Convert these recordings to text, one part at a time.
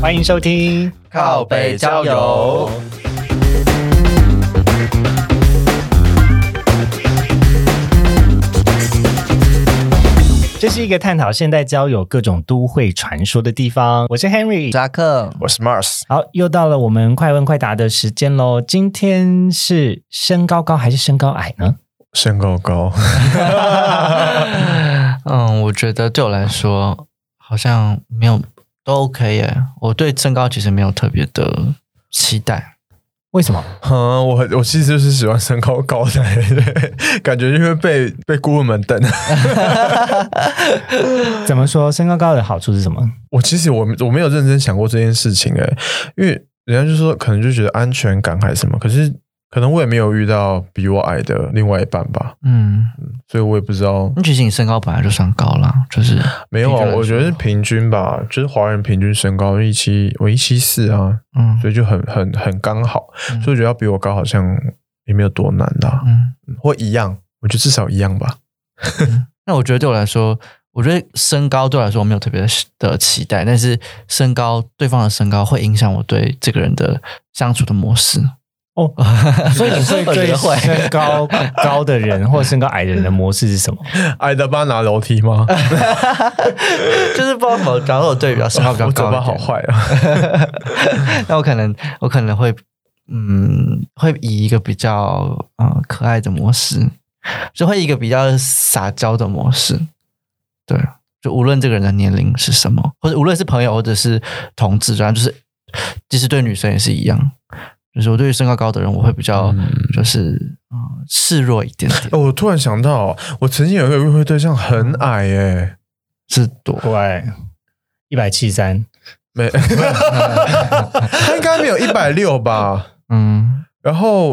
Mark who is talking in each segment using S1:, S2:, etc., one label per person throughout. S1: 欢迎收听。
S2: 靠北郊游。
S1: 这是一个探讨现代交友各种都会传说的地方。我是 Henry，
S2: 扎克，
S3: 我是 Mars，
S1: 好，又到了我们快问快答的时间喽。今天是身高高还是身高矮呢？
S3: 身高高，
S2: 嗯，我觉得对我来说好像没有都 OK 耶。我对身高其实没有特别的期待。
S1: 为什么？
S3: 嗯，我我其实就是喜欢身高高的，对感觉就会被被顾问们瞪。
S1: 怎么说？身高高的好处是什么？
S3: 我其实我我没有认真想过这件事情哎、因为人家就说可能就觉得安全感还是什么，可是可能我也没有遇到比我矮的另外一半吧，
S2: 嗯，
S3: 所以我也不知道。
S2: 那其实你身高本来就算高啦，就是
S3: 没有
S2: 平均来
S3: 啊，
S2: 说
S3: 我觉得是平均吧，就是华人平均身高一七，我一七四啊，
S2: 嗯
S3: 所以就很很很刚好，
S2: 嗯
S3: 所以我觉得要比我高好像也没有多难啦、
S2: 嗯。
S3: 或一样，我觉得至少一样吧。
S2: 那我觉得对我来说，我觉得身高对我来说我没有特别的期待，但是身高对方的身高会影响我对这个人的相处的模式。
S1: 哦，所以你会
S2: 我觉
S1: 对
S2: 得会
S1: 身高高的人或身高矮的人的模式是什么？
S3: 矮的帮他拿楼 梯吗？
S2: 哎就是不知道怎么讲，我对比较身高比较高
S3: 我嘴
S2: 一
S3: 巴
S2: 点，
S3: 好坏啊！
S2: 那我可能我可能会嗯，会以一个比较呃可爱的模式，就会以一个比较撒娇的模式，对，就无论这个人的年龄是什么，或者无论是朋友或者是同志，然后就是即使对女生也是一样，就是我对于身高高的人，我会比较就是嗯、呃示弱一点点，
S3: 哦我突然想到，我曾经有一个约会对象很矮耶、
S2: 是多
S1: 对，一百七三，
S3: 没， 他应该没有一百六吧？
S2: 嗯，
S3: 然后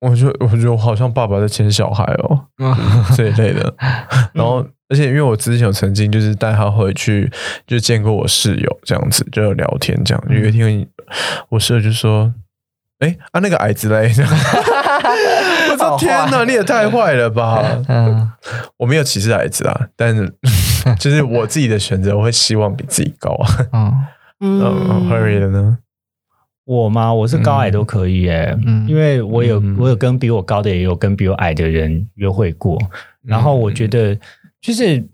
S3: 我觉得，我觉得我好像爸爸在牵小孩 哦，这一类的。然后，而且因为我之前有曾经就是带他回去，就见过我室友这样子，就有聊天这样。就有一天，我室友就说：“哎、啊那个矮子嘞。”这样我
S2: 好
S3: 说：“
S2: 坏
S3: 天哪，你也太坏了吧！”
S2: 嗯
S3: 我没有歧视矮子啊，但是就是我自己的选择，我会希望比自己高啊。
S2: 嗯
S3: 嗯，Harry 的呢？
S1: 我吗？我是高矮都可以耶，
S2: 嗯
S1: 因为我有、
S3: 嗯
S1: 我有跟比我高的，也有跟比我矮的人约会过，
S2: 嗯
S1: 然后我觉得就是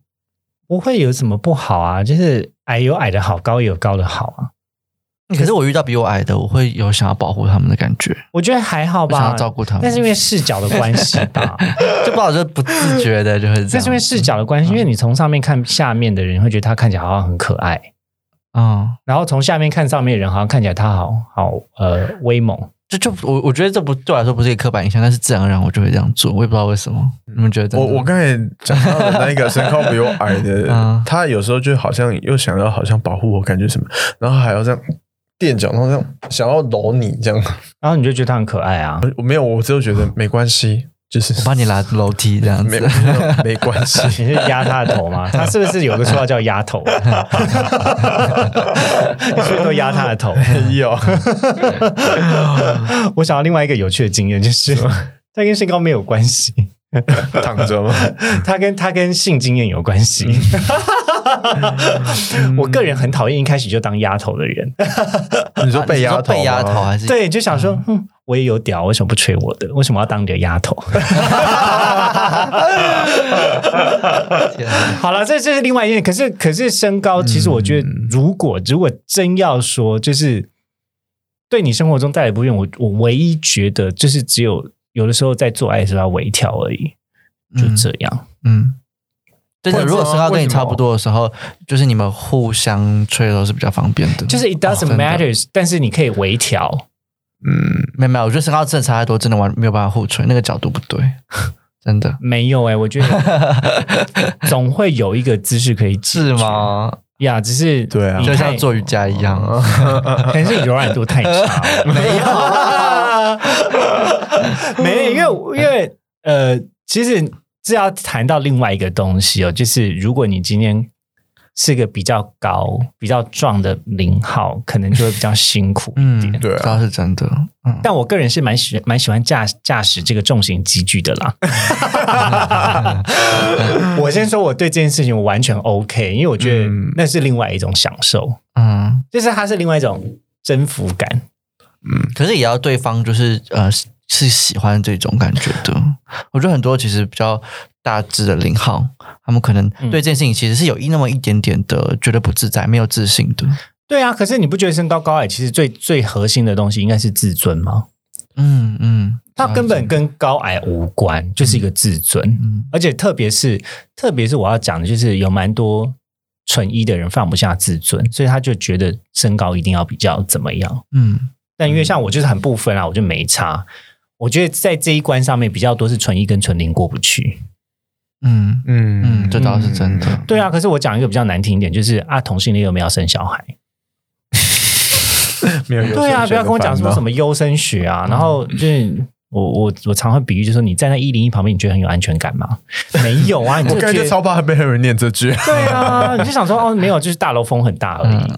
S1: 不会有什么不好啊，就是矮有矮的好，高也有高的好啊，
S2: 可是我遇到比我矮的，我会有想要保护他们的感觉，
S1: 我觉得还好
S2: 我想
S1: 吧
S2: 要。照顾他们。
S1: 但是因为视角的关系 吧，
S2: 就不好，就不自觉的就会这
S1: 但
S2: 样。
S1: 是因为视角的关系，因为你从上面看下面的人，会觉得他看起来好像很可爱，
S2: 嗯，
S1: 然后从下面看上面的人，好像看起来他好好呃威猛。
S2: 这就我我觉得这不对我来说不是一个刻板印象，但是自然而然我就会这样做，我也不知道为什么。你们觉得呢？
S3: 我我刚才讲到的那个身高比我矮
S2: 嗯
S3: 的，他有时候就好像又想要好像保护我，感觉什么，然后还要这样垫脚，然后这样想要搂你这样。
S1: 然后你就觉得他很可爱啊，
S3: 我没有，我只有觉得没关系，就是
S2: 我帮你拉楼梯这样
S3: 没
S2: 子，
S3: 没关系。
S1: 你是压他的头 吗？他是不是有个绰号叫压 头？你是不是都压他的头？
S3: 没有，
S1: 我想到另外一个有趣的经验，就是 他跟身高没有关系，
S3: 躺着吗？
S1: 他跟他跟性经验有关系。 我个人很讨厌一开始就当压头的人，
S3: 你说被
S2: 啊
S3: 压
S2: 你
S3: 头？
S2: 说被压头，还是？
S1: 对，就想说，哼，我也有屌，为什么不吹我的？为什么要当你的压头？
S2: 天啊
S1: 好了，这这是另外一件。可是可是身高，其实我觉得，
S2: 嗯
S1: 如果、如果真要说，就是对你生活中带来不便，我我唯一觉得就是只有有的时候在做爱的时候要微调而已，就这样。
S2: 嗯，但是
S3: 为什么
S2: 如果身高跟你
S3: 为什么
S2: 差不多的时候，就是你们互相吹的时候是比较方便的。
S1: 就是 it
S2: 哦
S1: doesn't
S2: 真的
S1: matters，、但是你可以微调。
S3: 嗯，
S2: 没有没有，我觉得身高真的差太多，真的完没有办法互吹，那个角度不对，真的
S1: 没有哎、我觉得 总会有一个姿势可以解
S2: 是吗？
S1: 呀，只是
S3: 对啊
S1: 你
S2: 就
S1: 太
S2: 像做瑜伽一样。
S1: 可 能是你柔软度太差，没有，没有，因为因为呃，其实这要谈到另外一个东西哦，就是如果你今天是个比较高、比较壮的零号，可能就会比较辛苦一点。
S2: 嗯，
S3: 对啊
S2: 倒是真的，嗯，
S1: 但我个人是蛮喜蛮喜欢驾驾驶这个重型机具的啦。我先说我对这件事情我完全 OK，因为我觉得
S3: 嗯
S1: 那是另外一种享受，
S2: 嗯，
S1: 就是它是另外一种征服感。
S2: 可是也要对方就是呃是是喜欢这种感觉的。 我觉得很多其实比较大只的零号，他们可能对这件事情其实是有一那么一点点的觉得不自在、没有自信的。
S1: 对啊，可是你不觉得身高高矮其实最最核心的东西应该是自尊吗？
S2: 嗯嗯，
S1: 它根本跟高矮无关，就是一个自尊。
S2: 嗯
S1: 而且特别是特别是我要讲的，就是有蛮多纯一的人放不下自尊，所以他就觉得身高一定要比较怎么样。
S2: 嗯
S1: 但因为像我就是很不分啊，我就没差。我觉得在这一关上面比较多是纯一跟纯零过不去。
S2: 嗯
S3: 嗯
S2: 嗯，这倒是真的。
S1: 对啊，可是我讲一个比较难听一点，就是啊，同性恋有没有要生小孩？
S3: 没有优先
S1: 对啊，
S3: 权
S1: 不要跟我讲说
S3: 的
S1: 什
S3: 烦恼嗯
S1: 么优生学啊，然后就是。我我我常会比喻，就是说你站在一零一旁边，你觉得很有安全感 吗？没有啊，你就
S3: 我感
S1: 觉
S3: 觉
S1: 得
S3: 超怕被有人念这句。
S1: 对啊，你就想说哦，没有，就是大楼风很大而
S3: 嗯
S1: 已。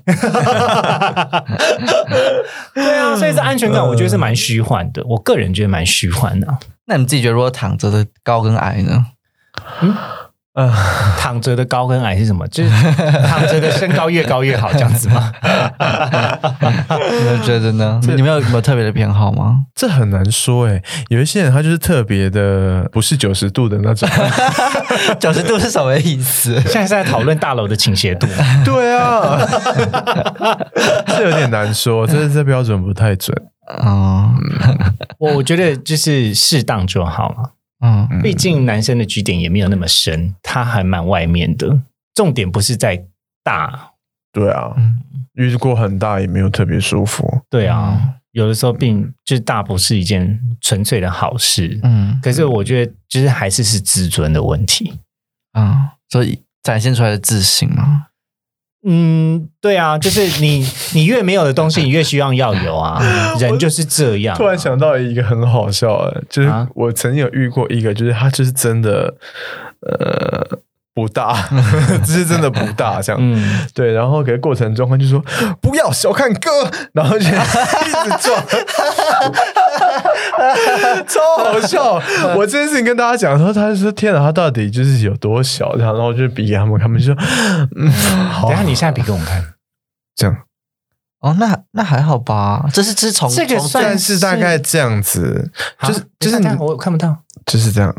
S1: 对啊，所以这安全感我觉得是蛮虚幻的，我个人觉得蛮虚幻的啊。
S2: 那你自己觉得如果躺着的高跟矮呢？
S1: 躺着的高跟矮是什么？就是躺着的身高越高越好，这样子吗？
S2: 你们觉得 呢？你们有有没有特别的偏好 吗？
S3: 这很难说哎、有一些人他就是特别的，不是九十度的那 种。
S2: 九十度是什么意 思？
S1: 现在是在讨论大楼的倾斜度吗，
S3: 对 啊，这有点难说，这这标准不太准。
S2: 哦，
S1: 我我觉得就是适当就好了。
S2: 嗯
S1: 毕竟男生的局点也没有那么深，他还蛮外面的。重点不是在大，
S3: 对啊，
S2: 嗯
S3: 遇过很大也没有特别舒服。
S1: 对啊，有的时候并就是大不是一件纯粹的好事。
S2: 嗯
S1: 可是我觉得就是还是是自尊的问题。
S2: 嗯，所以展现出来的自信嘛。
S1: 嗯，对啊，就是你你越没有的东西，你越希望要有啊。人就是这样、
S3: 突然，想到一个很好笑的，就是
S1: 啊
S3: 我曾经有遇过一个，就是他就是真的，呃，不大，就是真的不大这样。
S1: 嗯，
S3: 对，然后给过程中他就说不要小看哥，然后就 一直撞，超好 笑。我这件事情跟大家讲的时候，他就说天哪，他到底就是有多小？然后然后我就比给他们，他们就说嗯，好
S1: 等一下你现在比给我们看，
S3: 这样，
S2: 哦，那那还好吧，这是自从
S1: 这个
S2: 从
S1: 算
S3: 但是大概这样子，就是
S1: 啊
S3: 就是
S1: 等一下
S3: 你
S1: 等一下我看不到。
S3: 就是这样，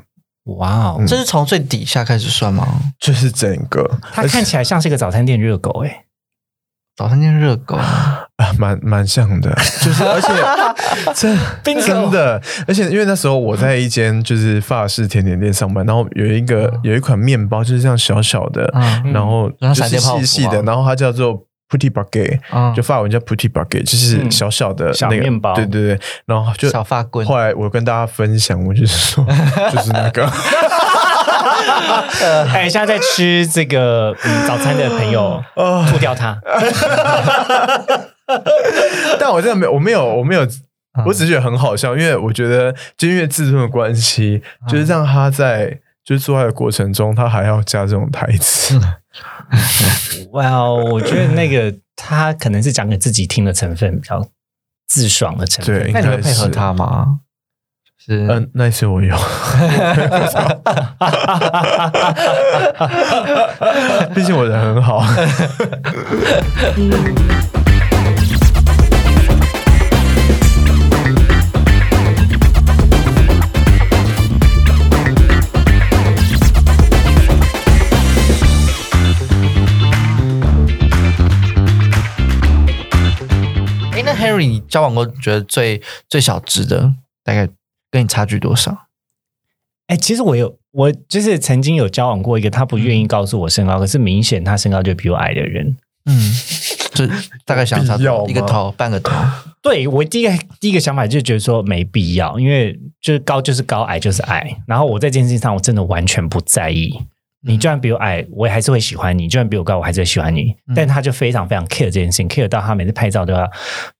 S1: 哇哦，
S2: 这是从最底下开始算吗？
S3: 就是整个
S1: 它看起来像是一个早餐店热狗哎、
S2: 早餐店热狗，
S3: 啊，蛮蛮像的，就是 而且真
S1: Bingo
S3: 真的，而且因为那时候我在一间就是法式甜点店上班，然后有一
S1: 哦
S3: 个有一款面包就是这样小小
S1: 啊
S3: 的，
S2: 嗯
S3: 然后
S2: 然后
S3: 就
S2: 闪
S3: 是
S2: 电泡芙
S3: 细细的，
S2: 啊
S3: 然后它叫做 Putty Baguette，
S2: 嗯
S3: 就法文叫 Putty Baguette，就是
S1: 嗯
S3: 小小的
S1: 小
S3: 那个
S1: 面包
S3: 对对对，然后就
S2: 小发棍
S3: 后来我跟大家分享，我就是说 就是 那个，
S1: 哎、现在在吃这个、嗯、早餐的朋友，吐掉它。
S3: 但我真的没有，我没有，我没有，
S2: 嗯
S3: 我只是觉得很好笑，因为我觉得就因为自尊的关系，
S2: 嗯
S3: 就是让他在就是做爱的过程中，他还要加这种台 词，
S1: 哇哦，我觉得那个他可能是讲给自己听的成分比较自爽的成分。
S3: 对，
S2: 那你会
S3: 应该
S2: 配
S3: 是
S2: 合他？吗？是，
S3: 嗯、那一次我 有，毕竟我人很好。
S2: 哎，那 Harry 你交往过觉得最最小值的，大概跟你差距多少？
S1: 哎、其实我有，我就是曾经有交往过一个他不愿意告诉我身高，可是明显他身高就比我矮的人。
S2: 嗯， 就大概想差
S3: 必要
S2: 多
S3: 吗
S2: 一个头，半个头。
S1: 对我第一个第一个想法就觉得说没必要，因为就是高就是高，矮就是矮。然后我在这件事情上我真的完全不在意，你就算比我矮，我也还是会喜欢你；就算比我高，我还是会喜欢你。但他就非常非常 care 这件事情，care 到他每次拍照都要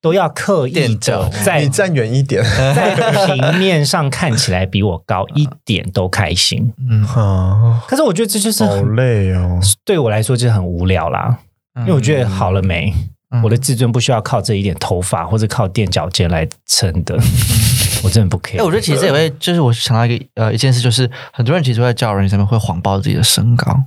S1: 都要刻意
S2: 垫
S1: 的
S2: 脚
S1: 在
S3: 你站远一点。
S1: 在平面上看起来比我高一点都开心。
S2: 嗯，
S3: 啊，
S1: 可是我觉得这就是
S3: 好
S1: 很
S3: 累哦。
S1: 对我来说就是很无聊啦，因为我觉得好了没，
S2: 嗯
S1: 我的自尊不需要靠这一点头发或者靠垫脚尖来撑 的，我真的不 care。
S2: 哎、我觉得其实也会，就是我想到一个呃一件事，就是很多人其实会在交友软件上面会谎报自己的身高，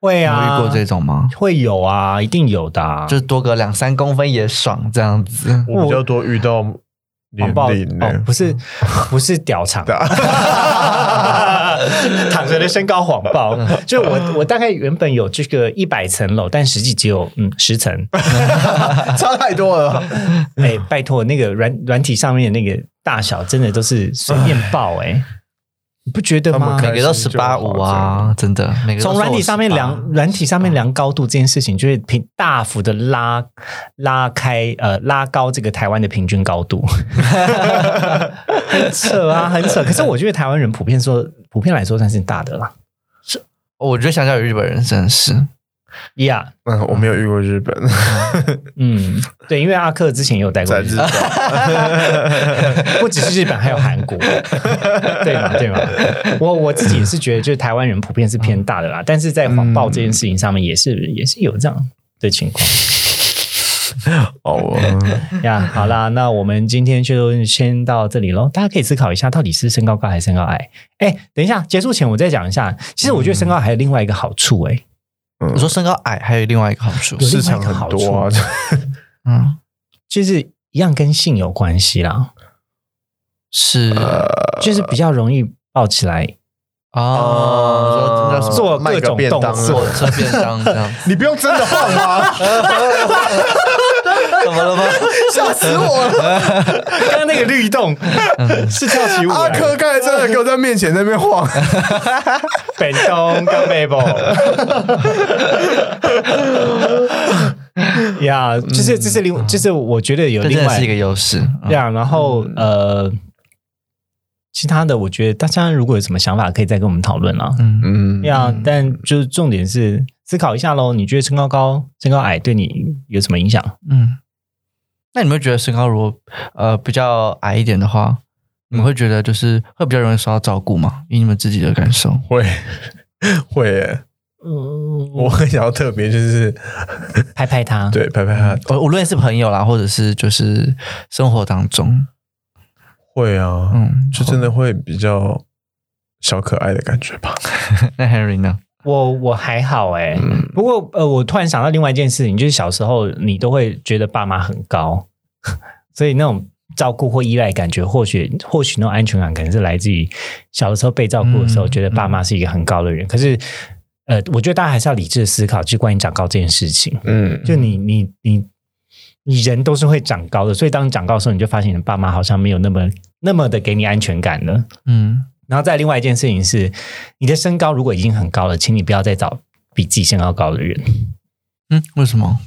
S1: 会
S2: 你有
S1: 啊，
S2: 遇过这种吗？
S1: 会有啊，一定有的、啊，
S2: 就是多个两三公分也爽这样子。
S3: 我比较多遇到年
S1: 谎报
S3: 龄
S2: 啊
S1: 哦
S3: 的，，
S1: 不是不是屌 长，躺着的身高谎报。
S2: 嗯
S1: 就我我大概原本有这个一百层楼，但实际只有嗯十层。
S3: 差太多了。
S1: 哎，拜托，那个软软体上面的那个大小真的都是随便报哎、你不觉得
S3: 他
S1: 吗
S3: 们？开
S2: 每个都十八五啊，真的，每个都
S1: 从软体上面
S2: 18
S1: 量，软体上面量高度这件事情，就会平大幅的拉拉开呃拉高这个台湾的平均高度，很扯啊，很扯。可是我觉得台湾人普遍说，普遍来说算是大的啦。
S2: 我觉得相较于日本人真的是，
S1: Yeah，
S3: 嗯， 我没有遇过日本，
S1: 嗯，对，因为阿克之前也有待过
S3: 在
S1: 日
S3: 日
S1: 本，
S3: 本
S1: 不只是日本，还有韩国，对吗？对吗？我我自己也是觉得，就是台湾人普遍是偏大的啦，但是在谎报这件事情上面，也是也是有这样的情况。
S3: 哦，
S1: 呀，好啦，那我们今天就先到这里喽。大家可以思考一下，到底是身高高还是身高矮？哎，等一下，结束前我再讲一下，其实我觉得身高还有另外一个好处、哎、
S3: 嗯
S2: 你说身高矮还有另外一个好处，
S1: 有另
S3: 市
S1: 外一
S3: 场
S1: 个好
S3: 很
S1: 处
S3: 多啊，
S2: 嗯，
S1: 就是一样跟性有关系啦，
S2: 是
S1: 就是比较容易抱起来
S2: 哦，啊说那什么
S1: 做
S3: 卖
S1: 各
S3: 个
S1: 种
S3: 便
S1: 动
S3: 当啊
S1: 作
S2: 坐。车便 当这样，
S3: 你不用真的晃啊吗？
S2: 怎么了吗？
S3: 吓死我了！
S1: 刚刚那个律 动是跳起舞
S3: 阿
S1: 来的，
S3: 珂刚才真的给我在面前那边晃，
S1: 本东跟 Mabel。呀，就是这是另，就是我觉得有
S2: 嗯这
S1: 另
S2: 真的
S1: 外
S2: 是一个优势。嗯
S1: 对啊，然后、呃，其他的我觉得大家如果有什么想法，可以再跟我们讨论啦。
S2: 嗯，
S3: 嗯
S1: 对啊，但就是重点是思考一下喽，你觉得身高高、身高矮对你有什么影响？
S2: 嗯，那你们会觉得身高如果呃比较矮一点的话，你们会觉得就是会比较容易受到照顾吗？以你们自己的感受，
S3: 会会耶，
S1: 嗯，
S3: 我很想要特别就是
S1: 拍拍他，
S3: 对拍拍他，
S2: 呃，无论是朋友啦，或者是就是生活当中，
S3: 会啊，
S2: 嗯，
S3: 就真的会比较小可爱的感觉吧。
S2: 那 Henry 呢？
S1: 我我还好哎、
S3: 嗯，
S1: 不过呃，我突然想到另外一件事情，就是小时候你都会觉得爸妈很高， 所以那种照顾或依赖感觉，或许或许那种安全感，可能是来自于小的时候被照顾的时候，
S2: 嗯
S1: 觉得爸妈是一个很高的人。可是呃，我觉得大家还是要理智的思考，就关于长高这件事情。
S3: 嗯，
S1: 就你你你你人都是会长高的，所以当你长高的时候，你就发现你的爸妈好像没有那么那么的给你安全感了。
S2: 嗯
S1: 然后再另外一件事情是，你的身高如果已经很高了，请你不要再找比自己身高高的人。
S2: 嗯，为什么？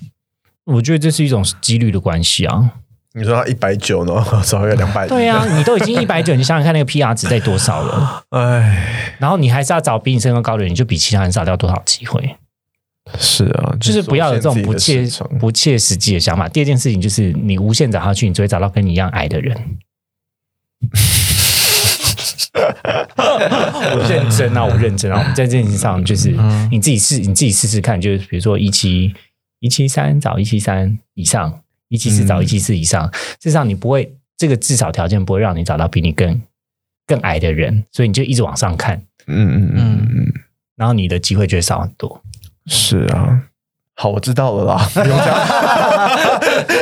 S1: 我觉得这是一种几率的关系啊。
S3: 你说他一百九，然后找一个两百，
S1: 对啊呀、，你都已 经一百九，你想想看那个 PR 值在多少了，
S3: 哎，
S1: 然后你还是要找比你身高高的人，你就比其他人少掉多少机会？
S3: 是啊，
S1: 就是不要有这种不切
S3: 局限自己的市场
S1: 不切实际的想法。第二件事情就是，你无限找下去，你只会找到跟你一样矮的人。 我认真啊，我认真啊，我们在这件事情上就是
S2: 嗯
S1: 你自己试，你自己试试看，就是比如说一七一七三找一七三以上，一七四
S3: 嗯
S1: 找一七四以上，至少你不会这个至少条件不会让你找到比你更更矮的人，所以你就一直往上看，
S3: 嗯嗯嗯嗯，
S1: 然后你的机会就会少很多。
S3: 是啊。好，我知道了啦，不用 讲。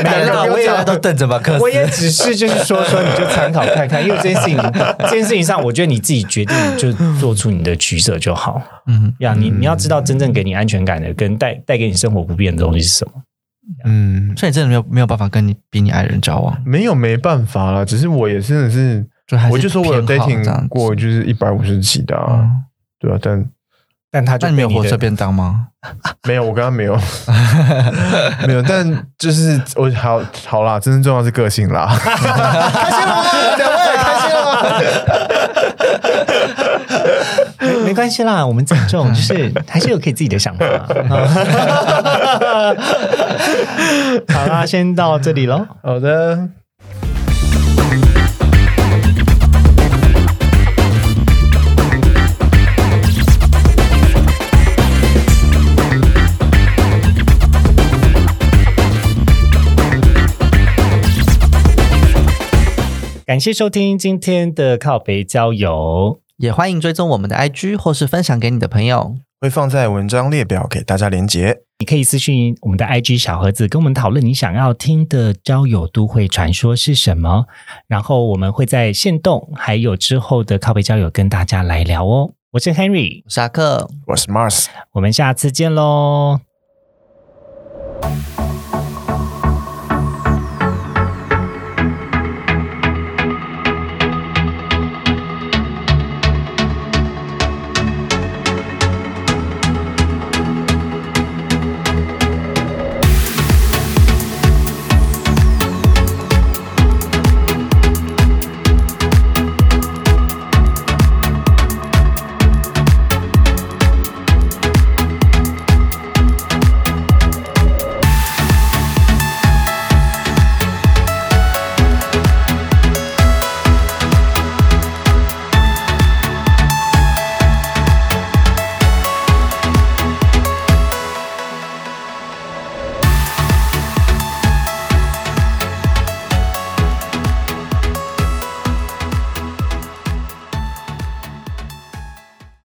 S1: 没有啦我也
S2: 大家都瞪着马 克思，
S1: 我也只是就是说说，你就参考看看，因为这件事情，这件事情上，我觉得你自己决定你就做出你的取舍就好
S2: 嗯
S1: 呀。你你要知道，真正给你安全感的，跟带带给你生活不便的东西是什么。
S3: 嗯，
S2: 所以你真的没有没有办法跟你比你矮人交往，
S3: 没有没办法啦，只是我也真的是，
S2: 就还是
S3: 我就说我有
S2: 偏好这样
S3: dating
S2: 子
S3: 过，就是一百五十几的、啊，
S2: 嗯
S3: 对啊，但
S1: 但他就
S2: 那你没有
S1: 被
S2: 火
S1: 的
S2: 车便当吗？
S3: 没有，我跟他没有，没有，但就是我好好啦，真正重要是个性啦。
S1: 没关系啦，我们尊重，就是还是有可以自己的想法。啊好啦，先到这里喽。
S3: 好的，
S1: 感谢收听今天的靠北郊游，
S2: 也欢迎追踪我们的 IG 或是分享给你的朋友。
S4: 会放在文章列表给大家连结。
S1: 你可以私信我们的 IG 小盒子，跟我们讨论你想要听的交友都会传说是什么，然后我们会在线动还有之后的靠北交友跟大家来聊哦。我是 Henry，
S2: 我是阿克，
S4: 我是 Mars。
S1: 我们下次见喽。